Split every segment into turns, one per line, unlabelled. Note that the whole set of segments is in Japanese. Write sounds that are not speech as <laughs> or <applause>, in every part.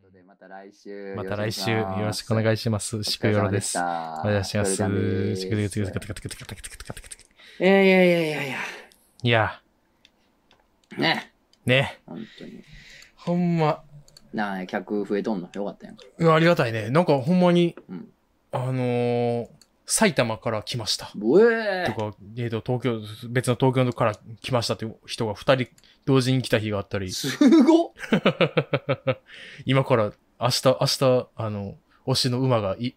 ことで、また来週。
また来週よろしくお願いします。しくよろです。お願いします。しくよろです。
いやいやいやいやいや。
いや、
ね。
ね、
本当に。
ほんま、
なあ、客増えとんの。よかったやん。
うわありがたいね。なんかほんまに、
うん。
あのー埼玉から来ました。
ブエ
と
ー
か、えーと、東京、別の東京から来ましたっていう人が2人同時に来た日があったり、 <laughs>
すごっ
今から明日、明日、あの、推しの馬がい、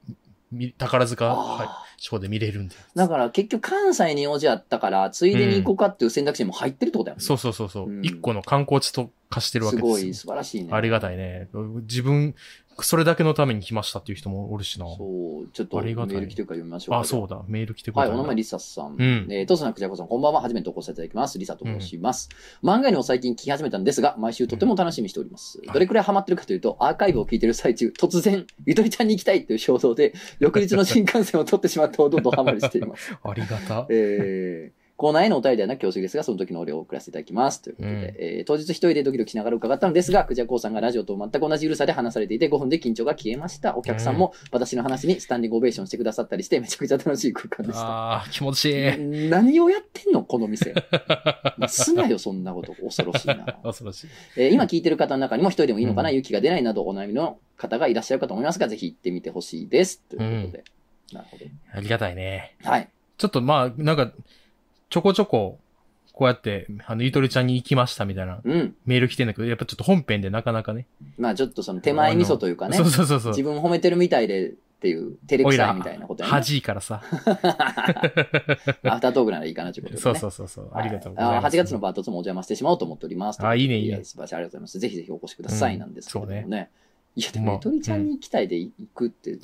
み宝塚は
あー
ショーで見れるんで。
だから結局関西に用事あったから、ついでに行こうかっていう選択肢も入ってるってことやもんね。
そうそうそうそうう。
ん
一個の観光地と化してるわけ
す
ですよ。
ごい、素晴らしいね。
ありが
い。
たいね。自分、それだけのために来ましたっていう人もおるしな。
そう、ちょっと
あ
メ
りがたい
ール来てるから読みましょうか。
あ、そうだ。メール来てく
は
れ
い、
た
お
んだ
名前、リサさん。
うん
えー、トースナックジャコさん、こんばんは。初めてお越しいただきます。リサと申します。漫画にも最近聞き始めたんですが、毎週とても楽しみにしております。
ん
どれくらいハマってるかというと、アーカイブを聞いてる最中、突然、ゆとりちゃんに行きたいという衝動で、翌日の新幹線を取ってしまってほとんどハマりしてい
<laughs>
ます。
ありがた。
<laughs> えーコーナーへのお便りではなく恐縮ですが、その時のお礼を送らせていただきます。ということで、
うん
えー当日一人でドキドキしながら伺ったのですが、クジャコウさんがラジオと全く同じゆるさで話されていて、5分で緊張が消えました。お客さんも私の話にスタンディングオベーションしてくださったりして、めちゃくちゃ楽しい空間でした。
ああ、気持ちいい。
何をやってんのこの
<laughs>
店。まあすなよ、そんなこと。恐ろしいな。
恐ろしい。
えー今聞いてる方の中にも一人でもいいのかな、
うん
勇気が出ないなどお悩みの方がいらっしゃるかと思いますが、ぜひ行ってみてほしいです。ということで。なるほど。
ありがたいね。
はい。
ちょっとまあ、なんか、ちょこちょこ、こうやって、あの、ゆとりちゃんに行きましたみたいな
うん。
メール来てんだけど、やっぱちょっと本編でなかなかね。
まあちょっとその手前味噌というかね
そ、うそうそうそう
自。分を褒めてるみたいでっていう、照れ
お
く
い
さ
ら
いみたいなことやね。
恥いからさ。
アフタートークならいいかなということで、ね。
そうそうそうそう。ありがとうござい
は
ます。
あ8月のバートツもお邪魔してしまおうと思っております。
あいいねいいね
や素晴らしい。ありがとうございます。ぜひぜひお越しくださいなんですけれどもね。
う
いや、で
ほん
も、
ま
ゆとりちゃんに行きたいで行くって。いや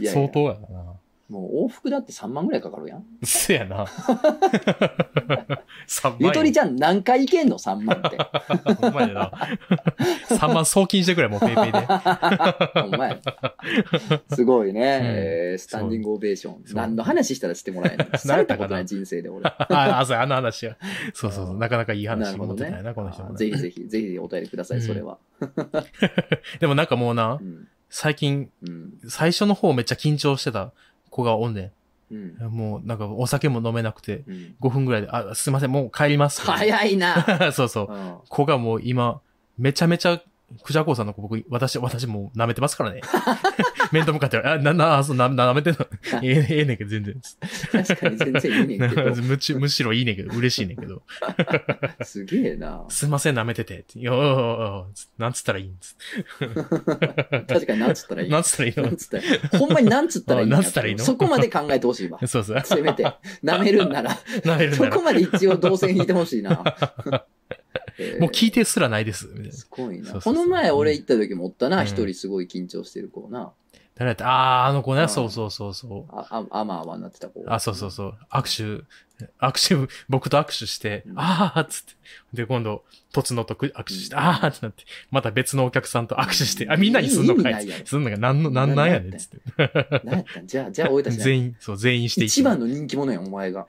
いや
相当やな。
もう往復だって3万ぐらいかかるやん。
せ
<laughs>
やな。3万
ゆとりちゃん何回行けんの ?3 万
<laughs>
って。
ゃん。ほんまやな。3万送金してくれ、もうペイペイで。
お前。すごいね、
うん
えースタンディングオベーション
そ。う
何の話したらしてもらえ
<laughs>
ない
な
さ
んや
れ
った
た
かな
ことない人生で俺。
あ、あそうやあの話や。そうそうそう、なかなかいい
な
話
る
持
ほど
ってた
ね
んやな、この人も
あー
ね、
ぜひぜひ、ぜひぜひお便りください、
うん
それは。
でもなんかもうな
う、ん。
最近、
うん。
最初の方めっちゃ緊張してた子がおんね
うん
ん。。もうなんかお酒も飲めなくて、
うん、
5分ぐらいで、あ、すいません、もう帰ります。
早いな。
い <laughs> そうそうう。
ん
子がもう今、めちゃめちゃ、クジャコウさんの子、僕、私、私もう舐めてますから
<laughs>
ね。面と向かって、あ、な、な、あそう、な、な舐めてんの。ええ、ええねんけど、全然。。
確かに全然いいねんけど
<laughs> むちむしろいいねんけど、嬉しいねん
<laughs>
けど。
すげえな。
すいません、舐めてて。ってよーよーよーよーなんつったらいいんです。
確かになんつったらいい。
なんつったらいい
な
の <laughs>
んつったらいい。ほんまになんつったらいいんや
あなんつったらいいの。
そこまで考えてほしいわ
そ
<laughs>
うそう。
せめて。舐めるんなら。
舐めるん
そ
だろ
こ。まで一応動線引いてほしいな。えー
もう聞いてすらないです。みたいな。
すごい
そう
な。
そうそ
この
う
前俺行った時もおった
う
な、
ん
一、人すごい緊張してる子な。
誰だったあー、あの子
う
ね。
ん
そうそうそうそう。
あ、あ、あまあまになってた子。
あ、そうそうそう。握手、握手、僕と握手して
う、ん
あーっつって。で、今度、とつのとく握手して、
うん
あーってなって、また別のお客さんと握手して、あ、みんなにすんのか
意味ないいやろ
すんのか、なんの、なんなんやねんっつって。
何やったんじゃあ、じゃあ俺たちな
全員、そう、全員してい
一番の人気者やん、お前が。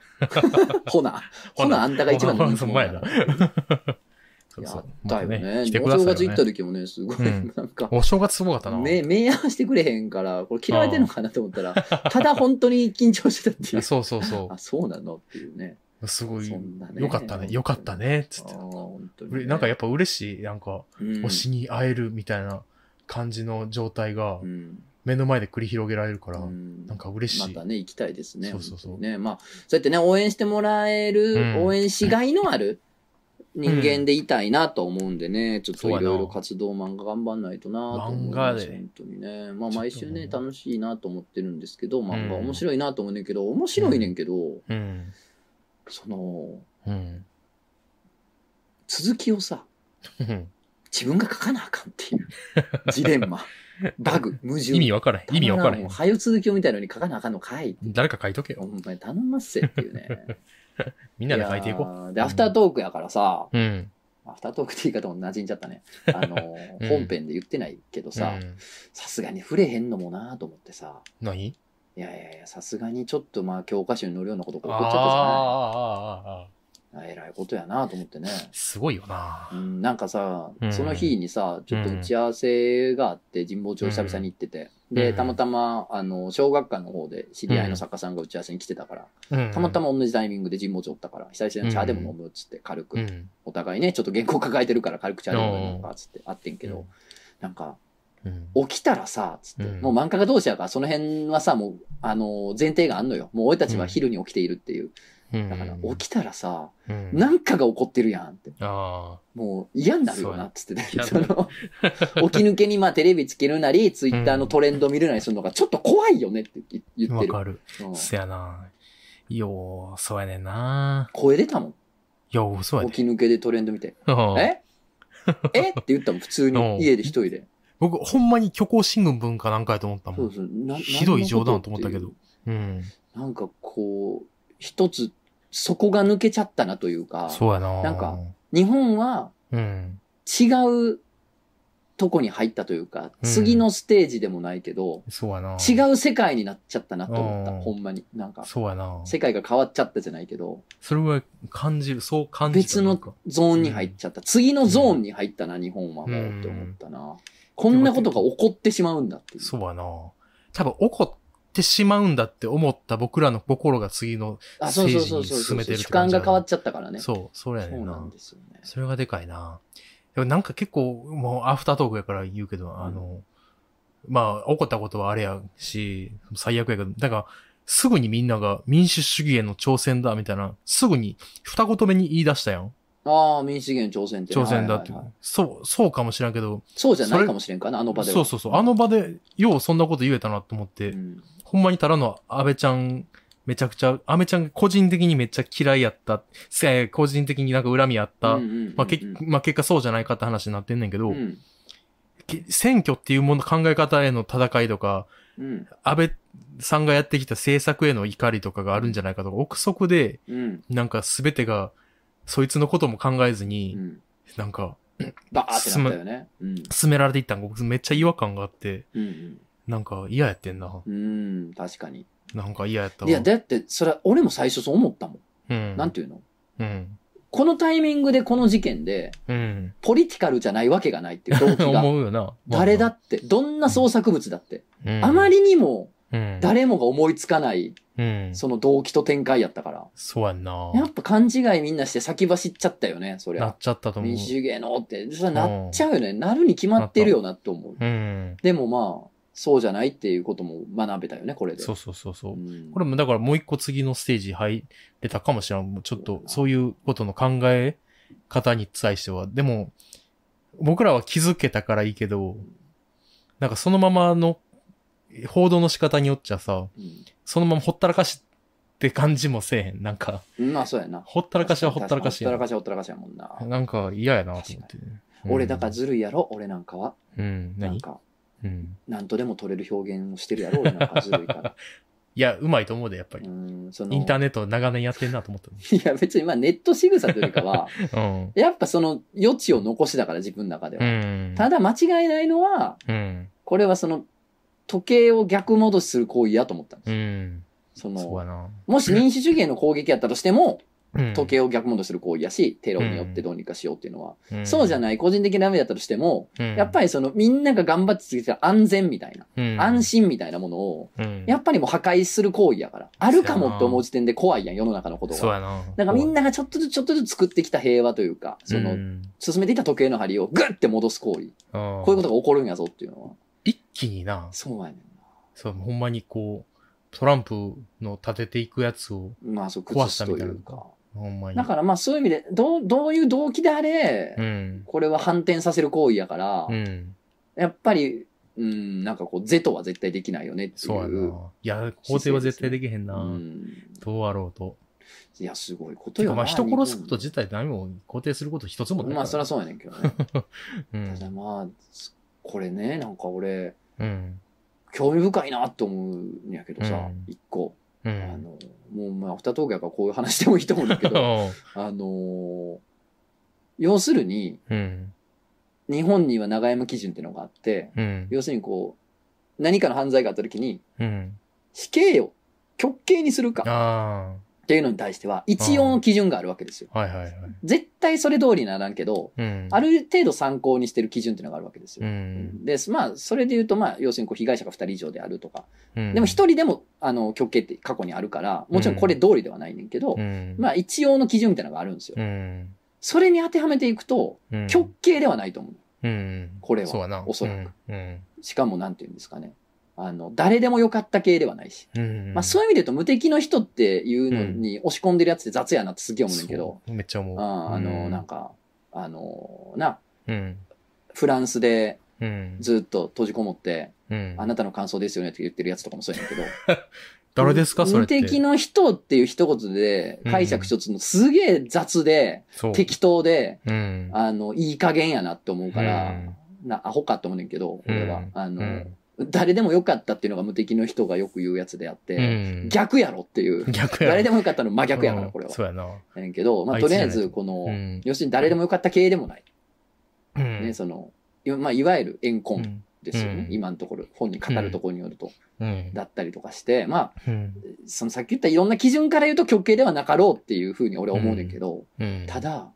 ほな。
ほな
ほな、あんたが一番の人気者
ほん
や
<laughs> まそう
や
そう
っ
ま
た
た
よね。
来てく
お
だ
正
さ
月
い
行
よ
っ
ね
た。時もね、すごい、
うん
なんか、
お正月すごかったな。
め、明暗してくれへんから、これ嫌われてんのかなと思ったら、 <laughs> ただ本当に緊張してたってい
あ
う。
そうそうそ
あ、そうなのっていうね。 <laughs>
う。すごい、
そんなね
よかったね、よかったね、つ
あ
って
ー。本当に
う
ね、
れなんかやっぱ嬉しい、なんか、
うん
推しに会えるみたいな感じの状態が
う、ん
目の前で繰り広げられるから、
うん
なんか嬉し
ま
い。
たね、行きたいですね。
そうそうそう
本当にね、まあ、そうやってね、応援してもらえる、
うん
応援しがいのある人間でいたいなと思うんでね、ちょっと
そう
い
やな
ろいろ活動漫画頑張んないとなと思い
漫画
ます
で
本当にね。まあ、
ちょっとね
毎週ね、楽しいなと思ってるんですけど、漫画
うん
面白いなと思うねんけど、面白いねんけど、
うん。
その、
うん。
続きをさ、
うん
自分が書かなあかんって
<laughs>
いう、ジレンマ、バグ、矛盾。
意味わからへん。意味わからへ。
もうん早う続きをみたいのに書かなあかんのかい。
誰か書いとけよ
お。前頼んますせっていうね。
<laughs> みんなで書いていこ
やーで、アフタートークやからさ、
う。うん。
アフタートークって言い方も馴染んじゃったね。あのー、
うん
本編で言ってないけどさ
う、ん
さすがに触れへんのもなと思ってさ、
何
いやいやいや、さすがにちょっとまあ教科書に載るようなことが
あ
起
ー
こっちゃったじゃない。
あー、あ
あ
ーあ
えらいことやなと思ってね。
すごいよな
う。ん、なんかさ、
うん
その日にさ、ちょっと打ち合わせがあって、神保町久々に行ってて、
んう
で、
ん
たまたま、あの、小学館の方で知り合いの作家さんが打ち合わせに来てたから、
うん
たまたま同じタイミングで神保町おったから、久々に茶でも飲むっつって、軽
う
く、
ん。
お互いね、ちょっと原稿抱えてるから軽く茶でも飲むかっつってあってんけど、なんか、
うん。
起きたらさ、つって、
うん
もう漫画家同士やから、その辺はさ、もう、あの、前提があんのよ。もう俺たちは昼に起きているっていう。
うん
だから、起きたらさ、
うん
なんかが起こってるやんって。
あ
もう嫌になるよ
そう
な、
や
つってね。
嫌
そ
になる
の、
<laughs>
起き抜けにまあテレビつけるなり、ツイッターのトレンド見るなりするのがちょっと怖いよねって言
あ。
言っ
わ
てる。
かる。
うん
せやな。よう、そうやねんな。
声出たも
よう、そうや
ん。
ね
起き抜けでトレンド見て。
ん。
ええって言ったもん、普通
うん
に。家で一人で。
僕、ほんまに虚構新聞文かなんかやと思ったも。
そうんそう。な
ひどい冗談
何の
と
こ
思ったけ
てい
ど。うん。
うなんかこう、一つ、そこが抜けちゃったなというか、
そうやな。
なんか、日本は
うん。
違うとこに入ったというか、
うん
次のステージでもないけど、
そうやな。
違う世界になっちゃったなと思った、
うん
ほんまに。なんか、
そうやな。
世界が変わっちゃったじゃないけど、
それは感じる、そう感じた
別のゾーンに入っちゃった。次のゾーンに入ったな、日本はもうって思ったな。こんなことが起こってしまうんだっていう。
そうやな。多分怒ってしまうんだって思った僕らの心が次の、
あ、そうそうそうそう
政治に進
そう
めてるって
主
感
観
じだ
が
ね
変わっちゃったからね。そう
そう、それやねん
な
なん
で。すよね。
それがでかいな。でもなんか結構、もうアフタートークやから言うけど、あの、まあ、怒ったことはあれやし、最悪やけど、だから、すぐにみんなが民主主義への挑戦だ、みたいな、すぐに二言目に言い出したやん。
ああ、民主主義の挑戦って。
挑戦だって。
はいはいはい
そう、そうかもしらんけど、
そうじゃないかもしれんかな、あの場では。
そうそうそう、あの場で、ようそんなこと言えたなと思って、
うん
ほんまにただの安倍ちゃん、めちゃくちゃ、安倍ちゃんが個人的にめっちゃ嫌いやった、せ個人的になんか恨みあった、
うんうんうんうん
まあ、結まあ、結果そうじゃないかって話になってんねんけど、
うん
け選挙っていうもの考え方への戦いとか、
うん
安倍さんがやってきた政策への怒りとかがあるんじゃないかとか、憶測で、
うん
なんか全てが、そいつのことも考えず
う
に、
ん
なんか、
バーってなったよね。うん
進められていったんが僕めっちゃ違和感があって、
うん
なんか嫌やってんな。
うんうん確かに。
なんか嫌やったわ。
いや、だって、それは俺も最初そう思ったもん。
うん。
なんていうの
うん。
このタイミングでこの事件で、
うん。
ポリティカルじゃないわけがないっていう動機が。
<laughs> 思うよな。
<laughs> 誰だって、どんな創作物だって。
うん
あまりにも
うん、
誰もが思いつかない、
うん。
その動機と展開やったから。
そうやんな。
やっぱ勘違いみんなして先走っちゃったよね、そり
なっ
ゃ。
ちゃったと思う
民。主主義へのって。それなっちゃうよね。なるに決まってるよなって思う。
うん。
でもまあ、そうじゃないっていうことも学べたよね、これで。
そうそうそうそう
う。ん
これもだからもう一個次のステージ入れたかもしれん。もうちょっとそういうことの考え方に対しては。でも、僕らは気づけたからいいけど、なんかそのままの報道の仕方によっちゃさ、そのままほったらかしって感じもせえへん。なんか、
うん。まあそうやな。ほっ
ほったらかしはほったらかし
ほったら
やん
かしはほったらかしやもんな。
なんか嫌やなと思って。うん
俺だから、ずるいやろ、俺なんかは。
うん、
なん
何
か。
うん。
なんとでも取れる表現をしてるやろ、俺なんかずるい
<laughs>
から。
いや、うまいと思うで、やっぱ
う
り。
ーん、その、
インターネット長年やってんなと思っ
いや別にまあネット仕草と <laughs> いうよりかは、
た。うん。
やっぱその余地を残しだから自分の中で
う
は。
ん。
ただ間違いないのは、
うん。
これはその、時計を逆戻しする行為やと思ったん
う
で
ん。
す。そ
そう
の、
やな。
もし民主主義への攻撃やったとしても、
うん
時計を逆戻しする行為やし、テロによってどうにかしようっていうのは、
ん
そうじゃない個人的な目だったとしても、
うん
やっぱりそのみんなが頑張って続けてた安全みたいな、
うん
安心みたいなものを、
うん
やっぱりもう破壊する行為やから。あるかもって思う時点で怖いやん、世の中のこと
そう
が。
やな。
なんかみんながちょっとずつちょっとずつ作ってきた平和というか、その、
うん
進めていた時計の針をグッて戻す行為。
ああ
こういうことが起こるんやぞっていうのは。
一気にな、
そうやね
そう、ほんまにこう、トランプの立てていくやつを、
んな。まあ、そう、
壊
崩
した
す
み
とい
たいな
うか。
ほんまに。
だからまあそういう意味で、どう、どういう動機であれ、
うん。
これは反転させる行為やから
う、ん。
やっぱり、うん、なんかこう、是とは絶対できないよねってい
そうや
う。
な。いや、肯定は絶対できへん
う
な。
ん。
どうあろうと。
いや、すごいこと
て
よな。
か、まあ、人殺すこと
日
自体何も肯定すること一つも
本
ないから。
まあ、そりゃそうやねんけどね。
う
ただ
ん。
まあすこれねなんか俺
うん。
興味深いなと思うんやけどさ、
うん
一個、
う
あ
ん。
のもうまあアフタートークやからこういう話でもいいと思うんだけ
<laughs>
どあのー要するに
うん。
日本には長山基準ってのがあって
うん。
要するにこう何かの犯罪があった時に
うん。
死刑を極刑にするか
ああ。
っていうのに対しては、一応の基準があるわけですよ。
はいはいはい。
絶対それ通りにならんけど、
うん。
ある程度参考にしてる基準っていうのがあるわけです
う
よ。
ん。
で、まあ、それで言うと、まあ、要するにこう被害者が2人以上であるとか、
うん。
でも1人でも、あの、極刑って過去にあるから、もちろんこれ通りではないねんけど
う、ん。
まあ、一応の基準みたいなのがあるんですよ
う。ん。
それに当てはめていくと、
うん。
極刑ではないと思う。
うん。
これは
そうやな。
おそらく
うん。うん。
しかも、なんて言うんですかね。あの、誰でもよかった系ではないし。
うん
まあ、そういう意味で言うと、無敵の人っていうのに押し込んでるやつって雑やなってすげえ思うねんだけど、
そう。めっちゃ思う。
あーあ
う
の、
ん
なんか、あの、な、
うん。
フランスで
うん。
ずっと閉じこもって、
うん。
あなたの感想ですよねって言ってるやつとかもそうやねんけど、
誰ですかそれっ
無
て。
敵の人っていう一言で解釈一つのすげえ雑で、
そう。
適当で、
うん。
あの、いい加減やなって思うから、
うん
な、アホかって思うねんけど、俺は。
うん
あの、
うん
誰でもよかったっていうのが無敵の人がよく言うやつであって、
うん
逆やろっていう。
逆や。
誰でもよかったの真逆やから、これ
うん
は。
そうやな。
やねんけど、まあ、
あい
と
つ
り
じゃ
あ
な
え
いと
ず、この、
うん
要するに誰でもよかった系でもない。
うん
ね、その、いわまあ、いわゆる怨
う
恨
ん
ですよね。
うん
今のところ、本に語るところによると、
うん。
だったりとかして、まあ、
うん。
そのさっき言ったいろんな基準から言うと極刑ではなかろうっていうふうに俺は思うねんけど、
うん
た、だ、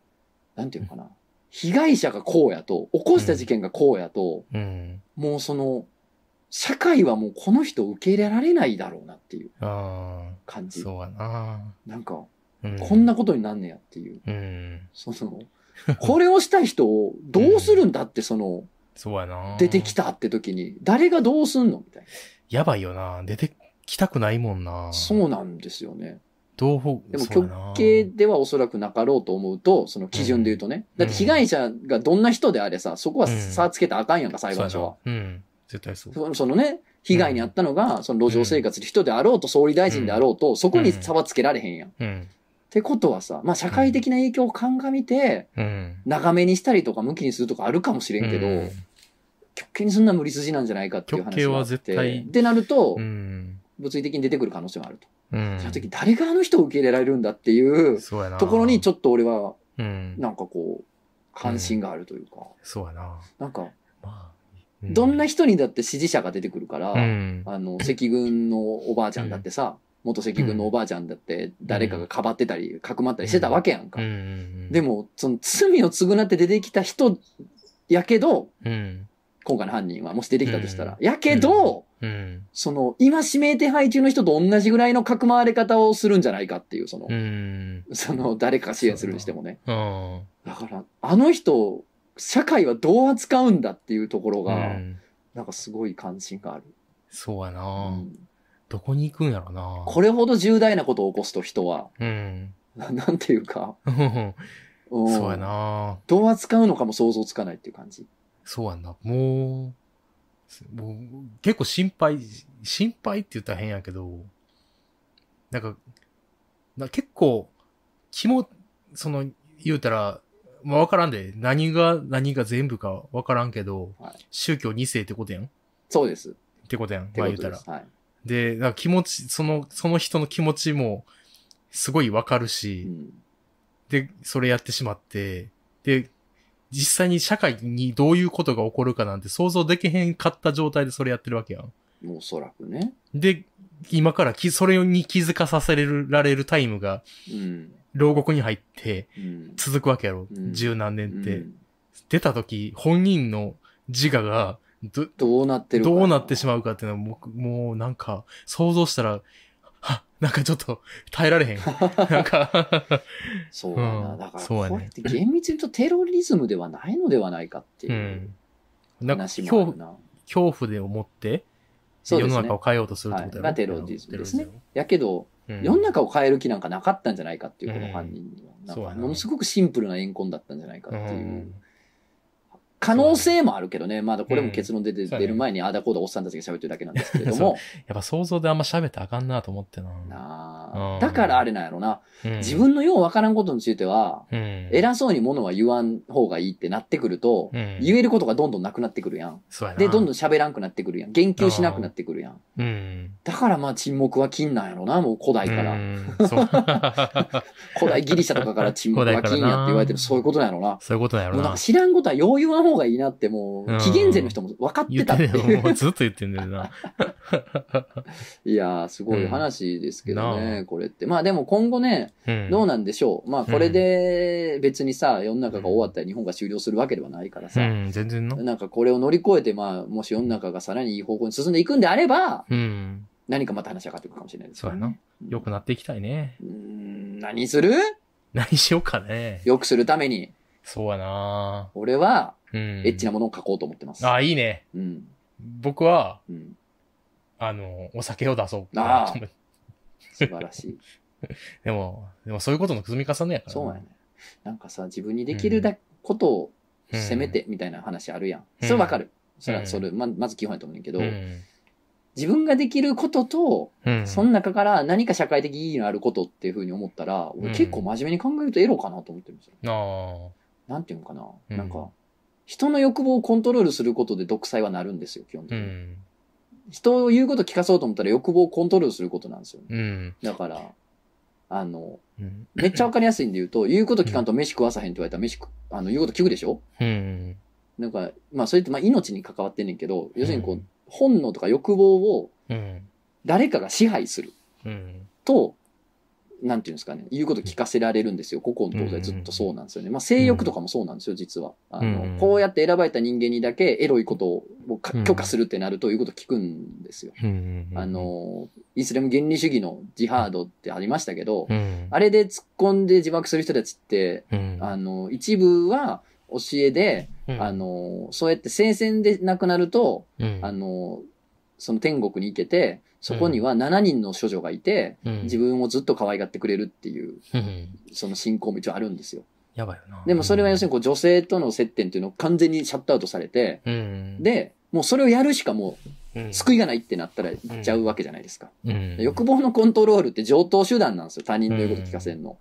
なんていうのかな。被害者がこうやと、起こした事件がこうやと、
うん。
もうその、社会はもうこの人を受け入れられないだろうなっていう
ああ、
感じ。
そうやな。
なんか、
うん
こんな。ことになんねやっていう。
うん。
その、これをした人をどうするんだって、その、
そうやな。
出てき。たって時に、誰がどうすんのみたい
やばいよな。出てきたくないもんな。
な。そうなんですよね。
どうほ、
でも、
そう
極
やな
刑ではおそらくなかろうと思うと、その基準で言うとね。だって被害者がどんな人であれさ、そこは差つけたらあかんやんか、裁判所は。
そうやなうん。絶対そう。
そそのね、被害に遭ったのが、その路上生活で人であろうと、総理大臣であろうと、そこに差はつけられへんやん。っ
うん。
てことはさ、まあ社会的な影響を鑑みて、
うん。
長めにしたりとか、向きにするとかあるかもしれんけど、
うん
極刑にすんな無理筋なんじゃないかっていう話があって。
極刑は絶対
ってなると
う、ん。
物理的に出てくる可能性もあると。
うん
その時、誰があの人を受け入れられるんだっていう
そうやな。
ところに、ち
ょ
ょっと俺は、
うん。
なんかこう、関心があるというか、
そうやな。
なんか、
まあ。う
どんな人にだって支持者が出てくるから、
うん。
あの、赤軍のおばあちゃんだってさ、元赤軍のおばあちゃんだって、誰かがかばってたり、かくまったりしてたわけやんか
う。ん。
でも、その罪を償って出てきた人やけど、
うん。
今回の犯人は、もし出てきたとしたら
う、
やけど、
うん。
その、今指名手配中の人と同じぐらいのかくまわれ方をするんじゃないかっていう、その
う、ん。
その、誰かが支援するにしてもね。
うん。
だから、あの人を、社会はどう扱うんだっていうところ
う
が、
ん
なんかすごい関心がある。
そうや
う
な。
ん
どこに行くんやろな。
これほど重大なことを起こすと人は、
うん。
な <laughs> なんていうか、うん
<laughs> そうやな。
どう扱うのかも想像つかないっていう感じ。
そうやな。もう、もう結構心配、心配って言ったら変やけど、なんか、な結構、気も、その、言うたら、まあわからんで、何が何が全部かわからんけど、
はい
宗教2世ってことやんっ
そうです。
てことやん。
って
まあ
こと
言うた
で
ら
す。。はい。
で、なんか気持ち、その、その人の気持ちも、すごいわかるし、
うん
で、それやってしまって、で、実際に社会にどういうことが起こるかなんて想像できへんかった状態でそれやってるわけやん。
もうおそらくね。
で、今からき、それに気づかさせられるタイムが、
うん。
牢獄に入って
うん。
続くわけやろ。
うん
十何
う
年って。
ん
出た時、本人の自我がど、
どうなってるか
どうなってし
う。
まうかっていうのは、もう、もうなんか、想像したら、は、なんかちょっと耐えら
<laughs>
れへん。なんか、
そうやな。
うん
だから、
そうやね。
これって厳密に言うとテロリズムではないのではないかっていううん
なんか、
話もある
恐
な。
恐怖で思って、
そう
世
で
の
す
中
ね
を。変えようとするってことだよね
はいがテロリズムですね
テロリ
やけど、
ズム
世の中を変える気なんかなかったんじゃないかっていう、この犯人には。
ん
なん
そうや
か
な
ものすごくシンプルな怨恨だったんじゃないかって
うん
いう。可能性もあるけどね、まだこれも結論出て
うんそうや
出
ね
る前に、ああだこうだおっさんたちが喋ってるだけなんですけれど
そ
も、
やっぱ想像であんま喋ってあかんなと思ってな。
なあ
うん
だからあれなんやろな、
うん
自、分のようわからんことについては、
うん、
偉そうにものは言わん方がいいってなってくると、
うん
言えることがどんどんなくなってくるやん。
そうやな
で、どんどん喋らんくなってくるやん。言及しなくなってくるやん。
うん。
だからまあ沈黙は金なんやろな、もう古代から。
うんそう <laughs>
古代ギリシャとかから沈黙は金やって言われてる、
古代からな
そういうことなんやろな。
そういうことなんや
も
ろ
うなん
な
か。知らんことはよう言わん方がいいなっても
う
う、
ん
紀元前の人も分かっ
言
て
った
ってて
る
い
よ。もう
う。
ずっと言ってんだよな。
<laughs> いやー、すごい話ですけど
うん
ね、
な
これって。まあでも今後ね、
うん
どうなんでしょう。まあこれで別にさ、世の中が終わったり日本が終了するわけではないから
う
さ、
ん、全然な。
なんかこれを乗り越えて、まあもし世の中がさらにいい方向に進んでいくんであれば、
うん。
何かまた話が上がってくるかもしれないです
そう
よ
や
ね
な。。良くなっていきたいね。
うーん、何する
何しようかね。
良くするために、
そうやな。
俺は
うん。
エッチなものを書こうと思ってます。
あ、いいね。
うん。
僕は、
うん。
あの、お酒を出そう。
あー素晴らしい。
でも、でもそういうことの積み重ねやからな。
そうやね。なんかさ、自分にできるだことを
うん
せめてみたいな話あるやん。
うん
それわかる。それ
う
は
ん
それままず基本やと思うねんけど、
うん。
自分ができることと、
うん。
その中から何か社会的意義のあることっていうふうに思ったら、
う
俺
ん
結構真面目に考えるとエロかなと思ってるんですよ。
なあ。
なんていうのかな。
うん
なんか、人の欲望をコントロールすることで独裁はなるんですよ、基本
う
的に。
ん。
人を言うこと聞かそうと思ったら欲望をコントロールすることなんですよね。
うん。
だから、あの、
うん。
めっちゃわかりやすいんで言うと、言うこと聞かんと飯食わさへんって言われたら飯食、あの、言うこと聞くでしょ
うん。
なんか、まあ、それってまあ命に関わってんねんけど、要するにこう、
うん
本能とか欲望を
うん。
誰かが支配する
うん。
と、なんていうんですかね、言うこと聞かせられるんですよ。古今東西ずっとそうなんですよね。まあ、性欲とかもそうなんですよ、実は。あの、
うん
こうやって選ばれた人間にだけエロいことをか
うん
許可するってなると、言うこと聞くんですよ。
うん。
あ、の、イスラム原理主義のジハードってありましたけど、
うん。
あれで突っ込んで自爆する人たちって、
うん。
あの、一部は教えで、
うん、
あの、そうやって聖戦で亡くなると、
うん、
あの、その天国に行けて、そこには7人の処女がいて、
うん、
自分をずっと可愛がってくれるっていう、
うん、
その信仰も一応あるんですよ。
やばいよな。
でもそれは要する
に、
にこう女性との接点っていうのを完全にシャットアウトされて、
うん、
で、もうそれをやるしかも
うん、
う救
い、
いがないってなったら行っちゃうわけじゃないですか。
うん、
欲望のコントロールって上等手段なんですよ。他人の言うこと聞かせるの。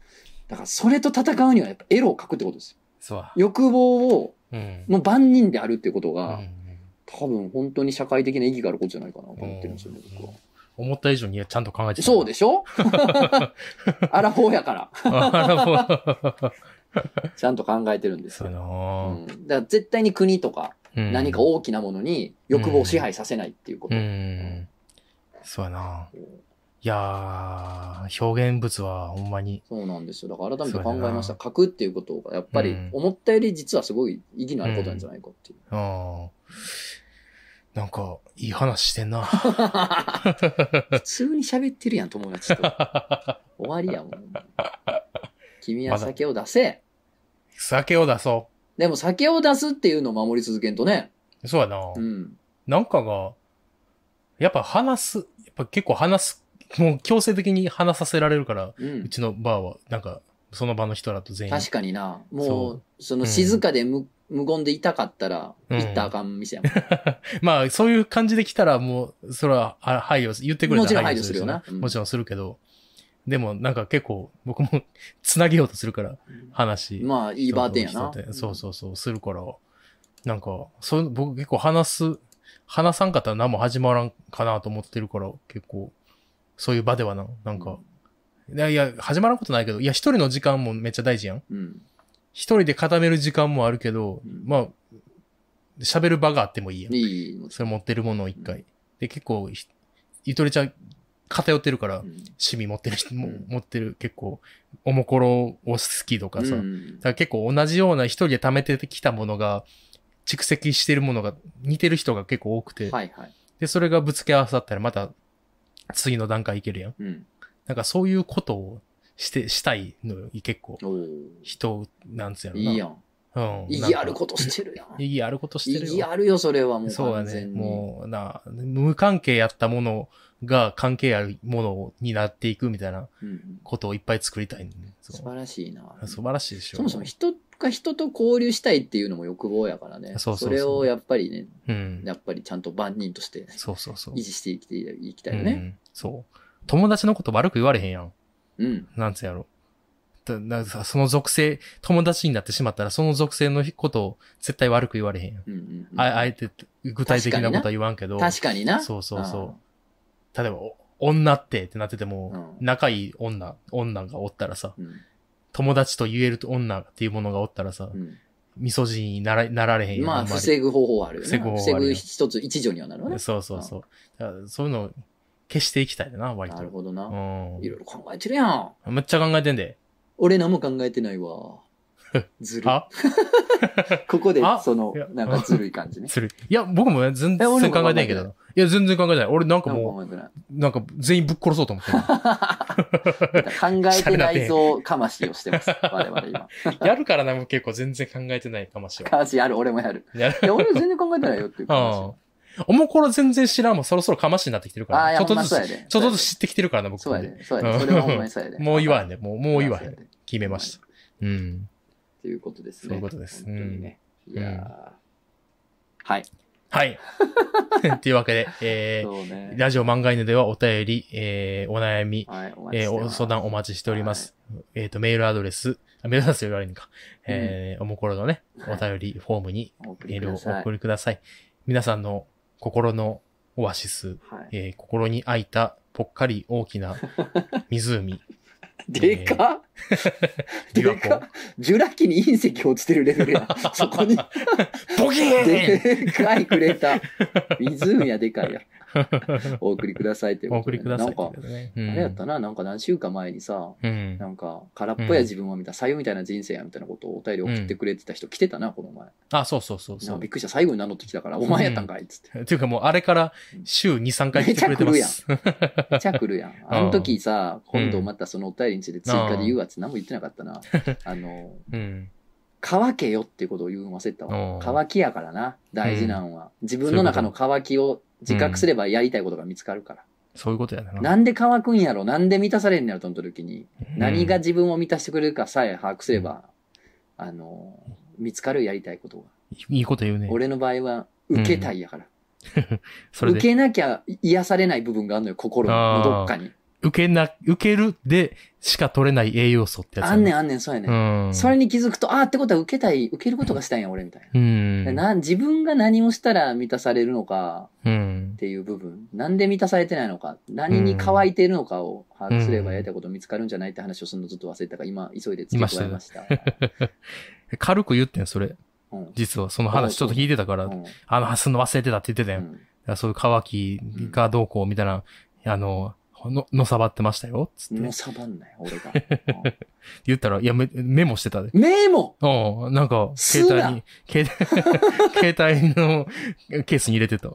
だからそれと戦うにはやっぱエロを書くってことですよ。
そうや、
欲望を、
うん、
の番人であるっていうこと
う
が、
ん、
多分本当に社会的な意義があることじゃないかなと思ってるんですよね、僕は。
思った以上にちゃんと考えてた。
そうでし <laughs> ょアラフォーやから。
<laughs> す。
ちゃんと考えてるんです
そう
よ。
や
う、
なん
だから絶対に国とか
うん、
何か大きなものに欲望を支配させないっていうこ
う
と。
ん、そうやな。いやー、表現物はほんまに、
そうなんですよ。だから改めて
そう
考
やな
えました。書くっていうことがやっぱり
うん
思ったより実はすごい意義のあることなんじゃないかっていう。
うん、なんか、いい話してんな。
普通に喋ってるやん、友
<laughs>
達と。終わりやもん。君は酒を出せ。
酒を出そ
でも酒を出すっていうのを守り続けんとね。
う。そうやな。
うん。
なんかが、やっぱ話す、やっぱ結構話す、もう強制的に話させられるから、
う。
うんちのバーは、なんか、その場の人らと全員。
確かにな。
そ
もう
う、
その静かで無無言でいたかったら、
うん
行ったらあかん店やもん。
<laughs> まあ、そういう感じで来たら、もう、それは、あ配慮す、言ってくれ
もちろ
たら
ん配慮するよな
し
うん
もちろんするけど、でもなんか結構、僕も、つなげようとするから、話。
まあ、いいバーテンやな
人と人。でそうそうそう、するから、なんか、そう、僕結構話す、話さんかったら何も始まらんかなと思ってるから、結構、そういう場ではな、なんか、いやいや、始まらんことないけど、いや、一人の時間もめっちゃ大事やん。
うん。
一人で固める時間もあるけど、
うん
まあ、喋る場があってもいいやん。
いいもち
それ持ってるものを一回。で、結構ひ、ゆとりちゃん偏ってるから、
ろん
趣味持ってる人も、
うん
持ってる結構、おもころを好きとかさ、
うん
だから結構同じような一人で貯めてきたものが、蓄積してるものが、似てる人が結構多くて、
はいはい。
で、それがぶつけ合わさったらまた、次の段階いけるやん。
うん。
なんかそういうことをして、したいのよ、結構。
おー
人、なんつうやろな。
いいやん。
う
意
ん。なん
義
か
あることして
<laughs>
るやん。
意義あることして
意
るよ。
義あるよ、それはもう
そうや
完
ね。
全に。
もうな、無関係やったものが関係あるものになっていくみたいな
うん
ことをいっぱい作りたい、ね。そ
素
う
晴らしいな。
素晴らしいでしょ。
そもそも人が人と交流したいっていうのも欲望やからね。
そうそうそう
れをやっぱりね、
うん。
やっぱりちゃんと万人として
そうそうそう。
維持していきていきた
う
いよね。
ん。そう。友達のこと悪く言われへんやん。
うん。
なんつうやろ。だださその属性、友達になってしまったら、その属性のことを絶対悪く言われへんやん。
うんうんうん
ああえて具体的なことは言わんけど。
確かにな。
そうそうそう。例えば、お女ってってなってても、
う
仲いい女、女がおったらさ、
うん。
友達と言える女っていうものがおったらさ、
うん。
味噌汁にならなられへんやん
まあ、
んまり
防ぐ方法はあるよ
防
ね
ぐ方。法はあ
防
るよ
ぐ一つ、一助にはなるわね。
そうそうそう。だからそういうのを消していきたいな、割と。
なるほどな。いろ
う
いろ考えてるやん。
ん。めっちゃ考えてんで。
俺何も考えてない
<laughs>
わ。ずるい。
あ
ここで
あ、
その
いや、
なんかずるい感じね。
する。いや、僕もね全
え
然考
俺も
えてないけ
考
ど。いや、全然考えてない。 <laughs> 俺なんか
何も
も、
考えてないう
なんか全員ぶっ殺そうと思ってる
<laughs> 考えてないぞかましをして
<laughs>
ます。我々今。
やるからな、もう結構全然考えてないかもし
<laughs>
れ
かましやる、俺もやる。
ない。
いや、俺全然考えてないよっていう
う
話
ん。。おもころ全然知らんもん、そろそろかましになってきてるか
ああ、い
ら。
や、
ちょ
ほ
っ
んま
とず
そうや
つ、
で。
ちょっとずつ知ってきてるからな、僕
そうや
で。
で。そうやで。それはほんまにそうやで。
もう言わ
ん。
んで、もう、もう言わへん。決めまし
そ
た。うん。
ということですね。
そういうことです
本当にね。
ん
いやーはい。
はい。 <laughs> というわけで、えー
そうね。
ラジオ漫画犬ではお便り、えーお悩み、
はい、お待ち
え
し
ー
てま
お
す
相談お待ちしております。えっ、と、メールアドレス、あメールアドレスより悪いのか。えーおもころのね、お便りフォームに
お送
メ
り
ー
く
ルを
だ
お
さい。
送りください。皆さんの心のオアシス、
はい。
えー心に開いたぽっかり大
<laughs>
きな湖、
で
<laughs>
かっ
琵
で
琶
か
湖
っ。ジュラ紀に隕石落ちてるレベルや
<laughs>
ん。そこに、
ボキーン
でかいクレーター。湖はでかいや。お送りくださいって
<laughs> お送りくださいって
なん
こ
か
と、でね。あ
あれやったな、なんか何週間前にさ、
うん。
なんか、空っぽや自分はみたいな、左右みたいな人生やみたいなことをお便り送ってくれてた人来てたな、この前。
あ、そうそうそうそ
なんか
う
び。っくりした、最後に名乗ってきたから、お前やったんかいっつって。
<laughs> っていうかもうあれから週2、3回来てくれてます。
めっちゃ来るやん。あの時さ、今度またそのお便りについて追加で言うやつ何も言ってなかったな。 <laughs> あの、
<laughs> うん。
乾けよってことを言うの忘れてた
う
わ
ん。
乾きやからな、大事なのは。自分の中の乾きを自覚すればやりたいことが見つかるから。
そういうことやな。
なんで乾くんやろなんで満たされんのやろと思った時に、
うん
何が自分を満たしてくれるかさえ把握すれば、あの、見つかるやりたいことが。
いいこと言うね。
俺の場合は、受けたいやから。
それ
受
で。
けなきゃ癒されない部分があるのよ、心
あ
の
ー
どっかに。
受けな、受けるでしか取れない栄養素ってやつ
あ
や
ん
ね、
ねんあんねん、そうやねん。
うん。
それに気づくと、ああってことは受けたい、受けることがしたいんや、俺みたいな。
うん。
でな自分が何をしたら満たされるのか
うん
っ。ていう部分、なんで満たされてないのか、何に乾いているのかを把握すればやりたいこと見つかるんじゃないって話をするのずっと忘れてたから、今、急いで付け加えました。
軽く言ってん、それ。
うん
実は、その話ちょっと聞いてたから、
うん
あの、すんの忘れてたって言ってた
う
やん。だ
ん
からそういう乾きがどうこうみたいな、あの、の、のさばってましたよ、つっ
も
て
う。サバんない、俺
<laughs>
が。
言ったら、いや、メメモしてたで。
メモ
うん、なんか、
すな
携帯に、携帯、 <laughs> 携帯のケースに入れて
<laughs>
た。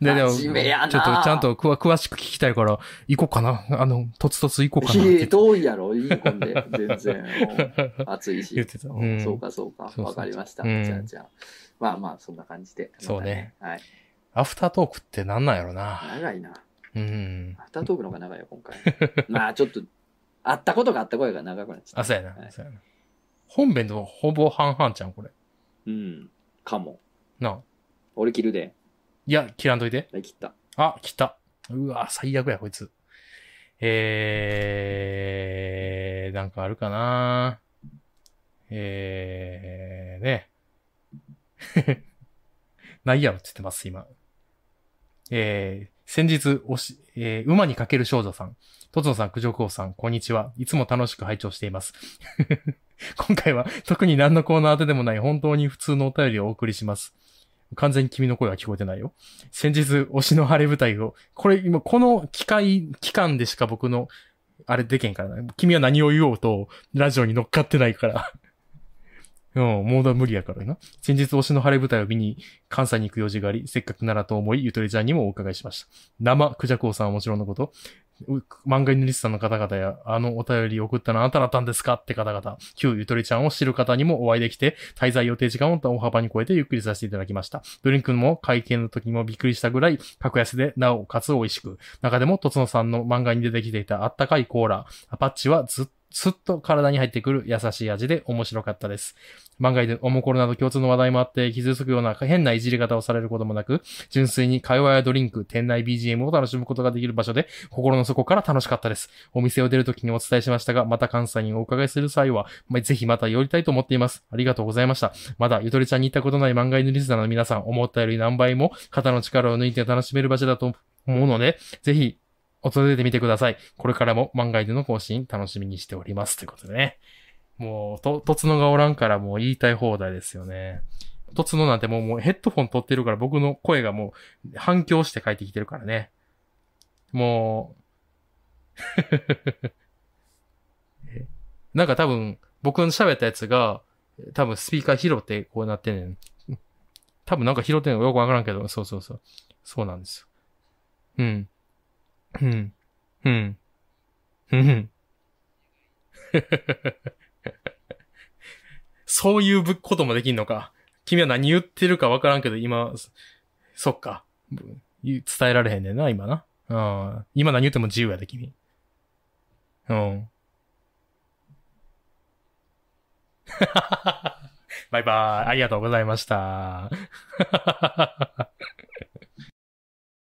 真面目やな
ちょっとちゃんとくわ詳しく聞きたいから、行こうかな。あの、とつとつ行こうか
い
なっ
や
て
い
言
や
って。
遠いやろ、いい込んで、全然。もう暑いし。
<laughs> 言ってたうん
そうか、そうか
そう。そう
わかりました。
うん
じゃあ、じゃあ。まあまあ、そんな感じで。
そうね
また。はい。
アフタートークってなんなんやろな。
長いな。
うん。
アフタートークの方が長いよ、今回。 <laughs> まあ、ちょっと、会ったことがあった声が長くなっちゃ
あ、
った。
そうやな
は。い
そうやな。本編とほぼ半々ちゃん、これ。
うん。かも。
なあ。
俺切るで。
いや、切らんといて。
はい切った。
あ、来た。うわ、最悪や、こいつ。えー、なんかあるかなえー、ね。 <laughs> ないやろって言ってます、今。えー、先日、おし、えー馬にかける少女さん。とつのさん、九条光さん、こんにちは。いつも楽しく拝聴しています。 <laughs> 今回は特に何のコーナーでもない本当に普通のお便りをお送りします。完全に君の声は聞こえてないよ。先日、推しの晴れ舞台を、これ今、この機会、期間でしか僕の、あれでけんからな。君は何を言おうと、ラジオに乗っかってないから。うん、もう無理やからな。先日、推しの晴れ舞台を見に、関西に行く用事があり、せっかくならと思い、ゆとりちゃんにもお伺いしました。生、クジャコウさんはもちろんのこと、う漫画犬リスさんの方々や、あのお便り送ったのあなただったんですかって方々、旧ゆとりちゃんを知る方にもお会いできて、滞在予定時間を大幅に超えてゆっくりさせていただきました。ドリンクも会計の時もびっくりしたぐらい、格安で、なおかつ美味しく。中でも、とつのさんの漫画に出てきていたあったかいコーラ、アパッチはずっすっと体に入ってくる優しい味で面白かったです。漫画でおもころなど共通の話題もあって傷つくような変ないじり方をされることもなく、純粋に会話やドリンク、店内 BGM を楽しむことができる場所で、心の底から楽しかったです。お店を出るときにお伝えしましたが、また関西にお伺いする際は、まぜひまた寄りたいと思っています。ありがとうございました。まだ、ゆとりちゃんに行ったことない漫画犬リスナーの皆さん、思ったより何倍も肩の力を抜いて楽しめる場所だと思うので、ぜひ、訪れてみてください。これからも漫画犬の更新楽しみにしております。ということでね。もう、と、とつのがおらんからもう言いたい放題ですよね。とつのなんてもうもうヘッドフォン取ってるから僕の声がもう反響して帰ってきてるからね。もうえ、 <laughs> なんか多分僕の喋ったやつが多分スピーカー拾ってこうなってんねん。多分なんか拾ってんのよくわからんけど、そうそうそう。そうなんですよ。うん。うん。うん。うん。 <laughs> そういうぶこともできんのか。君は何言ってるかわからんけど、今、そそっか。ぶ伝えられへんねんな、今な。うん。今何言っても自由やで、君。うん。 <laughs> バイバイ。ありがとうございました。